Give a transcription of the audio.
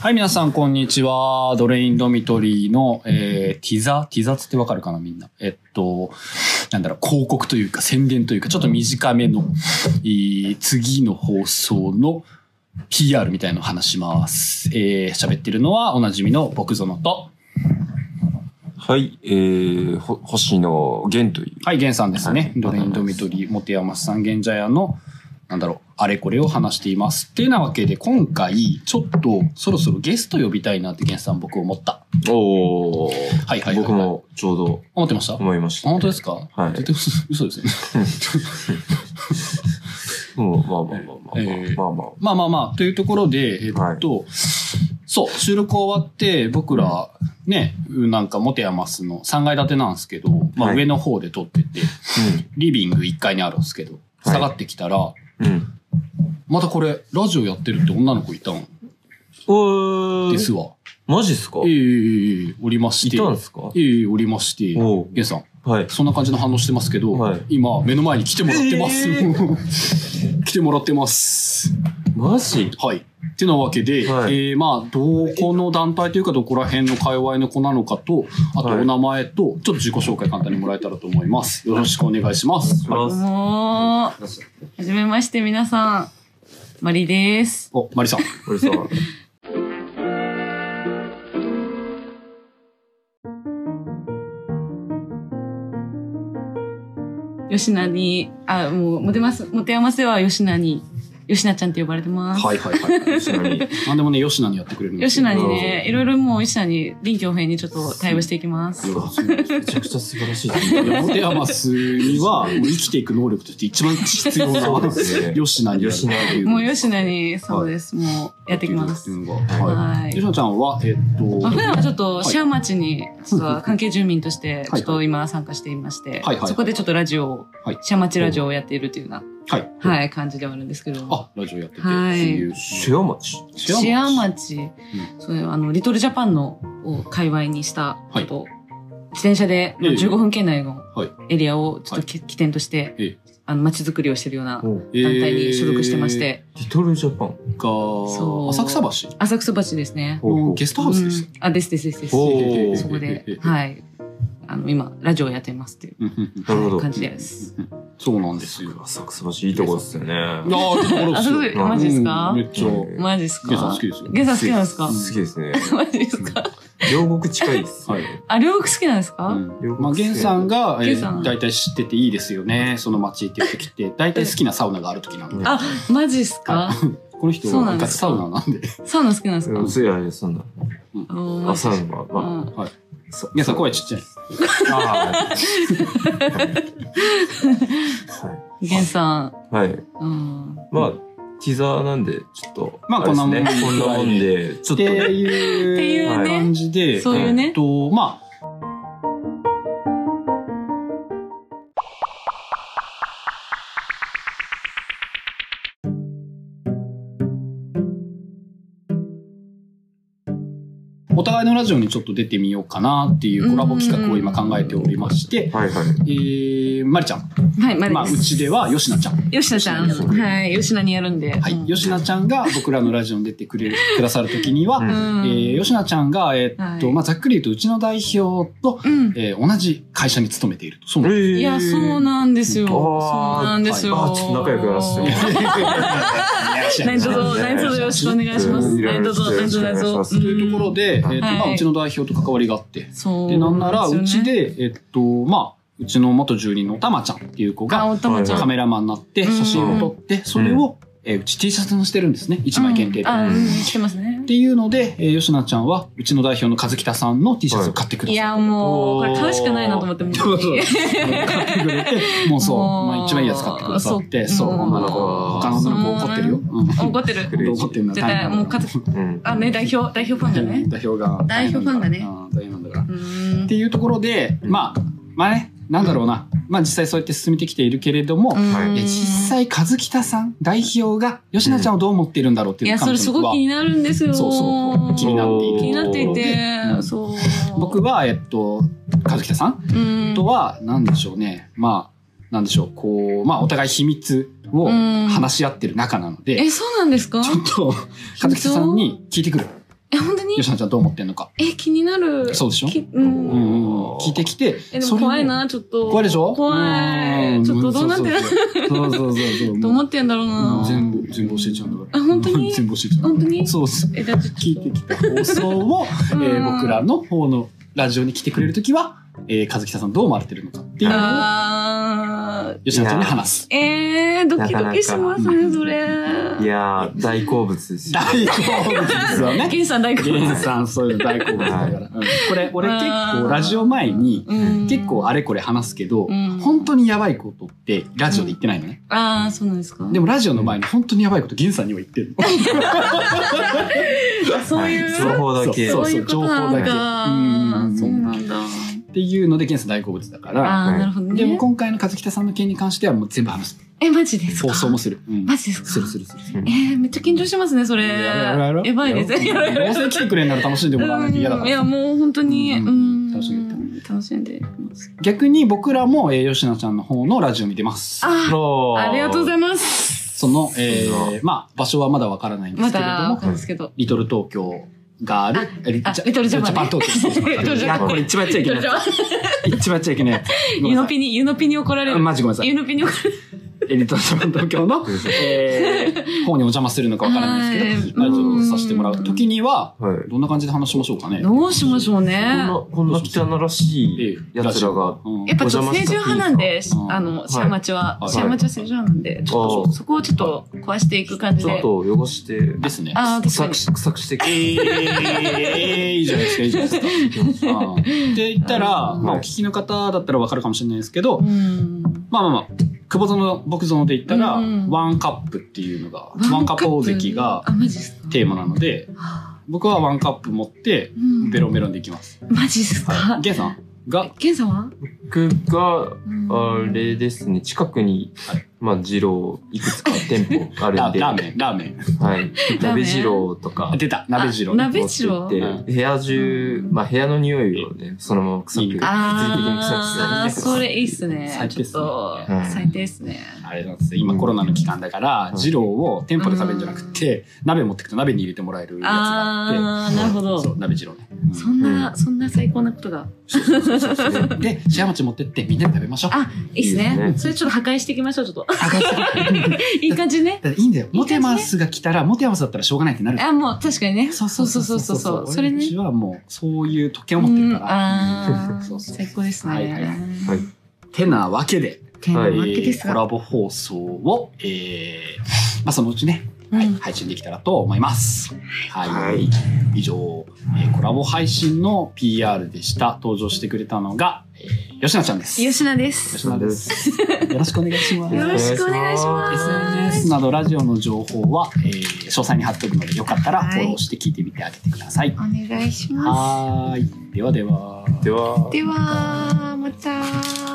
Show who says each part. Speaker 1: はい、皆さん、こんにちは。ドレインドミトリーの、えー、ティザーティザーつってわかるかな、みんな。えっと、なんだろう、広告というか、宣伝というか、ちょっと短めの、いい次の放送の PR みたいなのを話します。えー、喋ってるのは、おなじみの僕園と、
Speaker 2: はい、えー、ほ星野源という。
Speaker 1: はい、ゲンさんですね。
Speaker 2: はい
Speaker 1: ドレインドミトリー、モテヤマスさん、ゲンジャヤの、なんだろう、あれこれを話しています。ってなわけで、今回、ちょっと、そろそろゲスト呼びたいなって、ゲンさん僕思った。
Speaker 2: おお、
Speaker 1: はいはいはい
Speaker 2: 僕もちょうど
Speaker 1: 思ってました
Speaker 2: 思いました、
Speaker 1: 本当ですか
Speaker 2: はい
Speaker 1: 絶対嘘嘘ですよね。
Speaker 2: うん、まあまあまあまあ、
Speaker 1: えー
Speaker 2: まあまあ。
Speaker 1: まあまあまあ、というところで、えっと、そう、収録終わって、僕ら、ね、なんか、モテヤマスの3階建てなんですけど、まあ
Speaker 2: はい
Speaker 1: 上の方で撮ってて、リビング1階にあるんですけど、
Speaker 2: はい
Speaker 1: 下がってきたら、
Speaker 2: うん。うん。
Speaker 1: またこれ、ラジオやってるって女の子いたん
Speaker 2: おー
Speaker 1: ですわ。
Speaker 2: マジっすか
Speaker 1: ええええええおりまして。
Speaker 2: いたんすか
Speaker 1: ええええおりまして。
Speaker 2: おう
Speaker 1: ゲンさん、
Speaker 2: はい。
Speaker 1: そんな感じの反応してますけど、
Speaker 2: はい
Speaker 1: 今、目の前に来てもらってます。
Speaker 2: え
Speaker 1: 来てもらってます。
Speaker 2: マジ
Speaker 1: はい。ってなわけで、
Speaker 2: はい
Speaker 1: えーまあ、どこの団体というか、どこら辺の界隈の子なのかと、あと
Speaker 2: はい
Speaker 1: お名前と、ちょっと自己紹介簡単にもらえたらと思います。よろしくお願いします。
Speaker 2: ま
Speaker 1: はい
Speaker 2: あ
Speaker 3: もう、は
Speaker 2: す。
Speaker 3: じめまして皆さん、マリです。
Speaker 1: お、マリさん。
Speaker 2: 俺さ、
Speaker 3: 吉名に、あ、もう、モテます、モテ山瀬は吉名に、吉名ちゃんって呼ばれてます。
Speaker 1: はいはいはい。
Speaker 2: ちなみに。
Speaker 1: なんでもね、吉名にやってくれるんです
Speaker 3: 吉名に
Speaker 2: う
Speaker 3: ね、いろいろもう吉名に臨機応変にちょっと対応していきます。
Speaker 2: めちゃくちゃ素晴らしいです
Speaker 1: いや
Speaker 2: ね。
Speaker 1: モテヤマスには、もう生きていく能力として一番必要
Speaker 2: そう
Speaker 1: な
Speaker 2: ですね
Speaker 1: 吉名になるってい。
Speaker 3: もう吉名に、そうです、もうやってきます。
Speaker 1: は
Speaker 3: はい
Speaker 1: い。吉野ちゃんは、えっと、
Speaker 3: まあ、普段はちょっ
Speaker 1: は
Speaker 3: と、
Speaker 1: い
Speaker 3: シェア町に、ちょっと関係住民として、
Speaker 1: は
Speaker 3: ち
Speaker 1: い
Speaker 3: ょっと今参加していまして、
Speaker 1: はいはい
Speaker 3: そこでちょっとラジオを、
Speaker 1: はい
Speaker 3: シェア町ラジオをやっているというような、
Speaker 1: はい。
Speaker 3: はい、感じではあるんですけど。
Speaker 1: あ、ラジオやってて、
Speaker 3: はい
Speaker 1: ってう
Speaker 2: シェア町。
Speaker 1: シ
Speaker 3: シェア
Speaker 1: マン
Speaker 3: 町、そういうあのリトルジャパンのを界隈にした
Speaker 1: はい
Speaker 3: こと、自転車で
Speaker 1: ええ
Speaker 3: 15分圏内の
Speaker 1: はい
Speaker 3: エリアをちょっとき、起点として、
Speaker 1: ええ
Speaker 3: あの街づくりをしてるような団
Speaker 2: お
Speaker 1: えー
Speaker 3: 体に所属してまし。て、
Speaker 2: リトルジャパン。
Speaker 1: が、
Speaker 3: そう
Speaker 1: 浅草橋
Speaker 3: 浅草橋ですね。
Speaker 1: のゲストハウスでし
Speaker 3: うんあですですですです。
Speaker 2: お
Speaker 3: そ
Speaker 2: ー
Speaker 3: こ
Speaker 1: ええ
Speaker 3: で、はい、あの今ラジオやってますっていう
Speaker 1: た。うんうんうん
Speaker 2: なるほど。
Speaker 3: 感じです。
Speaker 1: そうなんですよ。
Speaker 2: 浅草橋いいとこですよね。
Speaker 1: あー、ところですよ
Speaker 3: あそうマジですか
Speaker 1: うんめっちゃ。
Speaker 2: うん
Speaker 3: マジっすか？
Speaker 1: ゲンさん好きですよ
Speaker 3: ゲンさん好きなんですか
Speaker 2: 好？きですね。
Speaker 3: マジですか？
Speaker 2: 両国近いです。
Speaker 1: はい。
Speaker 3: あ両国好きなんですか？
Speaker 1: うんまあ、ゲンさんが、え
Speaker 3: ゲンさ
Speaker 1: ー
Speaker 3: ん
Speaker 1: 大体知ってていいですよね。その街っていう時って、大体好きなサウナがある時なので。
Speaker 3: あマジっすか？
Speaker 1: この人
Speaker 3: そうな
Speaker 1: は
Speaker 3: んで
Speaker 1: ガチ
Speaker 3: す
Speaker 1: サウナなんで。
Speaker 3: サウナ好きなんですか
Speaker 2: う？ん、そうや、そんな。
Speaker 3: あのマ
Speaker 2: あ、
Speaker 3: ジ
Speaker 2: サウナ、ま
Speaker 3: うん
Speaker 2: あ。
Speaker 1: ゲンさん声ちっちゃい。
Speaker 2: あ
Speaker 3: ゲンさん。
Speaker 2: あ。 はい。
Speaker 3: うん。
Speaker 2: まあ、ティザーなんで、ちょっと。
Speaker 1: まあ
Speaker 2: れですね
Speaker 1: こんなもん
Speaker 2: こんなもんで、ちょ
Speaker 1: っ
Speaker 2: ってとね。
Speaker 1: いう
Speaker 3: っていうね
Speaker 1: 感じで、
Speaker 3: そういう
Speaker 1: えっ
Speaker 3: ね。
Speaker 1: と、まあ、お互いのラジオにちょっと出てみようかなっていうコラボ企画を今考えておりまして、
Speaker 2: はいはい。
Speaker 1: えー、まりちゃん。
Speaker 3: はい、ま
Speaker 1: まあ、
Speaker 3: あ、
Speaker 1: うちでは、よしなちゃん。
Speaker 3: 吉田ちゃん。
Speaker 1: 吉田ちゃん
Speaker 3: はい、吉田にやるんで。
Speaker 1: は
Speaker 3: うん
Speaker 1: い。よしなちゃんが僕らのラジオに出てくれる、くださるときには、
Speaker 2: うん
Speaker 3: うん
Speaker 1: えー、吉野ちゃんが、えーっと、
Speaker 3: はい
Speaker 1: まあ、ざっくり言うと、うちの代表と、
Speaker 3: うん。
Speaker 1: えー同じ会社に勤めていると。そうなんです。
Speaker 3: い
Speaker 2: い
Speaker 3: や、そうなんですよ。
Speaker 2: あー
Speaker 3: そうなんですよ。
Speaker 2: あ、ちょっと仲良くなって
Speaker 3: ね
Speaker 1: いらっ
Speaker 3: 何
Speaker 1: しゃいま
Speaker 3: 卒、
Speaker 1: せ
Speaker 3: 何卒よろしくお願いします。
Speaker 2: いろい
Speaker 3: 何
Speaker 2: ろ
Speaker 3: 卒、
Speaker 2: よろしく
Speaker 3: 何卒、
Speaker 2: お願いし
Speaker 3: 何
Speaker 2: ます
Speaker 3: 卒。
Speaker 1: というところで、えーっと、ま
Speaker 3: は
Speaker 1: あ、
Speaker 3: いう
Speaker 1: ちの代表と関わりがあって。
Speaker 3: そう。
Speaker 1: で、なんなら、うち
Speaker 3: で
Speaker 1: で、えーっと、まあ、うちの元住人のたまちゃんっていう子
Speaker 3: すよね。あ、
Speaker 1: が、
Speaker 3: おたまちゃ
Speaker 1: カ
Speaker 3: ん。
Speaker 1: メラマンになって、写真を撮って、それを、えーうち T シャツにしてるんですね。1枚限定で。
Speaker 3: うんあ、
Speaker 1: っ
Speaker 3: うん、してますね。
Speaker 1: ていうので、えー、吉野ちゃんは、うちの代表の和北さんの T シャツを買ってくだ
Speaker 3: い
Speaker 1: さい。
Speaker 3: や、もう、こ
Speaker 2: おー
Speaker 3: れ買うしかないなと思って、 も
Speaker 1: そう
Speaker 3: う。
Speaker 1: そう。買ってくれて、もうそう、
Speaker 3: もう
Speaker 1: まあ一番いいやつ買ってくださって、
Speaker 3: そ
Speaker 1: そうう、
Speaker 3: もう
Speaker 1: 女の子、他の女の子怒ってるよ。うん
Speaker 3: 怒ってる。
Speaker 1: 怒ってるのは
Speaker 3: 絶対、もう、か
Speaker 1: 大
Speaker 3: つ、
Speaker 2: うん。
Speaker 3: あ、ね、代表、代表ファンじゃね。
Speaker 1: 代表が。
Speaker 3: 代表ファンがね
Speaker 1: うん大変なんだから。っ
Speaker 3: うーん
Speaker 1: て。いうところで、まあ、まあね、なんだろうな。まあ実際そうやって進めてきているけれども、
Speaker 2: はい
Speaker 3: うん
Speaker 1: いや実際、和北さん、代表が、吉野ちゃんをどう思ってるんだろうって
Speaker 3: い
Speaker 1: いう
Speaker 3: や、
Speaker 1: のが
Speaker 3: それすごく気になるんですよ。
Speaker 1: そうそう気になっている
Speaker 3: 気になってい
Speaker 1: うん
Speaker 3: て、そう。
Speaker 1: 僕は、えっと、和北さん
Speaker 3: うん
Speaker 1: とは、なんでしょうね。まあ、なんでしょう。こう、まあ、お互い秘密を話し合ってる中なので、
Speaker 3: え、そうなんですか
Speaker 1: ちょっと、かずきさんに聞いてくる。
Speaker 3: え、本当に
Speaker 1: 吉野ちゃんどう思ってんのか。
Speaker 3: え、気になる。
Speaker 1: そうでしょ
Speaker 3: きうん
Speaker 1: う。んうん、聞いてきて、
Speaker 3: え、でも怖いな、ちょっと。
Speaker 1: 怖いでしょ
Speaker 3: 怖
Speaker 1: う
Speaker 3: い。
Speaker 1: ん
Speaker 3: ちょっとどうなってる
Speaker 1: そうそうそう そう。
Speaker 3: と思ってんだろう
Speaker 1: もう
Speaker 3: な。
Speaker 1: 全部、全部教えちゃうんだから。
Speaker 3: あ本当 に
Speaker 1: 全部教えちゃう。
Speaker 3: 本当に
Speaker 1: そうです。
Speaker 3: え、だって
Speaker 1: 聞いてきた放送 を、えー
Speaker 3: うん
Speaker 1: 僕らの方のラジオに来てくれるときは、えー、和樹さんどう思われてるのかっていうのを、
Speaker 3: あー
Speaker 1: 吉野ちゃんに話す。
Speaker 3: えー、ドキドキしますね、それ。
Speaker 2: いやー、大好物です よ。
Speaker 1: 大好物ですよね。
Speaker 3: ゲンさん大好物。
Speaker 1: ゲンさん、そういうの大好物だから。うんこれ、俺結
Speaker 3: う
Speaker 1: 構、
Speaker 3: ん
Speaker 1: ラジオ前に、
Speaker 3: うん
Speaker 1: 結構あれこれ話すけど、
Speaker 3: うん
Speaker 1: 本当にやばいことって、ラジオで言ってないのね。
Speaker 3: ああ、そうなんですか。
Speaker 1: でも、ラジオの前に本当にやばいこと、ゲンさんには言って る。
Speaker 3: そういう、
Speaker 2: 情報だけ。
Speaker 1: そ
Speaker 3: そうういうことなん
Speaker 1: 情報だけうん
Speaker 3: だ。そうなんだ。
Speaker 1: っていうので、ゲンさん大好物だから、
Speaker 3: ああ、なるほど
Speaker 1: でも
Speaker 3: ね。
Speaker 1: 今回の和北さんの件に関してはもう全部話す。
Speaker 3: え、マジですか
Speaker 1: 放送もする。うん
Speaker 3: マジですか
Speaker 1: するするする。
Speaker 3: えー、めっちゃ緊張しますね、それ。
Speaker 1: やろうやろうやろう
Speaker 3: やばいですね。やろうやろう
Speaker 1: どうせ来てくれんなら楽しんでもらわないと嫌だか
Speaker 3: いや、
Speaker 1: ら。
Speaker 3: もう本当に、
Speaker 1: うん
Speaker 3: うん。
Speaker 1: 楽しん
Speaker 3: 楽しんでます。
Speaker 1: 逆に僕らも、えー、吉野ちゃんの方のラジオ見てます。
Speaker 3: あ
Speaker 2: ロ
Speaker 3: あ、ありがとうござ
Speaker 2: い
Speaker 3: います。
Speaker 1: その、えー、まあ、場所はまだわからないんです
Speaker 3: ま
Speaker 1: けれど
Speaker 3: だ、わ
Speaker 1: も
Speaker 3: か、るんですけど。
Speaker 1: リトル東京がある、えリ
Speaker 3: あリトルジャパンね
Speaker 1: 東京。
Speaker 3: リトルジャパン
Speaker 1: あこれ一番やっちゃいけないやつ。一番やっちゃいけないやつ。ごめん
Speaker 3: ユ
Speaker 1: な
Speaker 3: ノ
Speaker 1: さい
Speaker 3: ピに、ユノピに怒られる。
Speaker 1: マジごめんなさい
Speaker 3: ユノピに怒られる。
Speaker 1: えリトルジャパン東京の、えー、方にお邪魔するのかわからないですけど、
Speaker 3: はい
Speaker 1: ラジオをさせてもらう時には、
Speaker 2: ます。はい。
Speaker 1: どんな感じで話しましょうかね。
Speaker 3: どうしましょう
Speaker 2: こん
Speaker 3: ね。
Speaker 2: な、こんな汚らしい奴らが。
Speaker 1: うん
Speaker 3: やっぱちょっと
Speaker 2: お邪魔
Speaker 3: 清
Speaker 2: した
Speaker 3: 純派なんで
Speaker 1: いいか、
Speaker 3: あ
Speaker 2: は
Speaker 3: の、
Speaker 2: い
Speaker 3: シャマチは、
Speaker 1: はい
Speaker 3: シャマチは清純派なんで、ちょっ
Speaker 2: あー
Speaker 3: とそこをちょっと壊していく感じ
Speaker 2: ちょっ
Speaker 3: で。
Speaker 2: と汚して、
Speaker 1: ですね。
Speaker 3: ああ、確か
Speaker 2: 臭
Speaker 3: に
Speaker 2: く。し臭くしてき
Speaker 1: えー、いいじゃないですか、いいじゃないですか。うんって言ったら、
Speaker 2: うん
Speaker 1: まあ、お聞きの方だったらわかるかもしれないですけど、
Speaker 3: うん。
Speaker 1: まあまあまあ、久保園牧園で言ったら、
Speaker 3: うんうん
Speaker 1: ワンカップっていうのが、ワンカップ大関が
Speaker 3: あ、マジっすか。
Speaker 1: テーマなので、
Speaker 3: はあ
Speaker 1: 僕はワンカップ持って、
Speaker 3: うん
Speaker 1: ベロンベロンでいきます。
Speaker 3: マジっすか。
Speaker 1: ゲンさんが、
Speaker 3: ゲンさんは
Speaker 2: 僕が、
Speaker 3: うん
Speaker 2: あれですね、近くに
Speaker 1: はい、
Speaker 2: まあ、二郎、いくつか店舗あるん
Speaker 1: ラ
Speaker 2: で、
Speaker 1: ラ
Speaker 2: は
Speaker 1: ーメン、ラーメン。
Speaker 2: い。鍋二郎とか、
Speaker 1: 出た、鍋次郎。
Speaker 3: あ鍋
Speaker 2: 持って行っ
Speaker 1: 二郎
Speaker 2: て、部屋中、まあ、部屋の匂いをね、そのまま臭く、物理的に
Speaker 3: あ
Speaker 2: 臭
Speaker 3: あ、
Speaker 2: くする。
Speaker 3: それいいっすね。
Speaker 1: 最低っすね
Speaker 3: ちょっ
Speaker 2: うん
Speaker 3: と、最低っすね。
Speaker 1: あれなんですよ今コロナの期間だから、
Speaker 2: うん
Speaker 1: 二郎を店舗で食べるんじゃなくて、鍋持ってくと鍋に入れてもらえるやつがあって、
Speaker 3: ああ、なるほど。
Speaker 1: そう、
Speaker 3: そ
Speaker 1: 鍋二郎ね。うん
Speaker 3: んな、そんな最高なことが。
Speaker 1: で、シェア餅持ってってみんなで食べまし ょう。
Speaker 3: あ、いいっす
Speaker 2: いいです
Speaker 3: ね。
Speaker 2: ね
Speaker 3: それちょっと破壊していきましょう、ちょっと。
Speaker 1: あが
Speaker 3: いい感じね。
Speaker 1: だっていいんだよ。
Speaker 3: いい感じ
Speaker 1: モテ
Speaker 3: ね
Speaker 1: マスが来たら、モテマスだったらしょうがないってなる。
Speaker 3: あ、もう確かにね。そうそうそうそう。それね
Speaker 1: う。ちはもう、そういう時計を持ってるか
Speaker 3: うん
Speaker 1: ら。
Speaker 3: あー
Speaker 1: そうそう
Speaker 3: 最高ですね。
Speaker 1: はいはい
Speaker 2: はい
Speaker 1: てなわけで、
Speaker 3: てなわ
Speaker 1: え
Speaker 2: はい
Speaker 3: けで
Speaker 1: ー
Speaker 3: す
Speaker 1: コ
Speaker 3: が。
Speaker 1: ラボ放送を、えー、まあそのうちね、
Speaker 3: うん
Speaker 1: はい、配信できたらと思います。はい。
Speaker 2: はい
Speaker 1: 以上、えーコラボ配信の PR でした。登場してくれたのが、えー、吉野ちゃんです。
Speaker 3: 吉野です。
Speaker 1: 吉野です。よろしくお願いします。
Speaker 3: よろしくお願いし
Speaker 2: お願
Speaker 3: ます
Speaker 1: SNS。などラジオの情報は、えー詳細に貼っておくのでよかったら
Speaker 3: はい
Speaker 1: フォローして聞いてみてあげてください。
Speaker 3: お願いします。
Speaker 1: はーい。ではでは。
Speaker 2: では、
Speaker 3: では、また。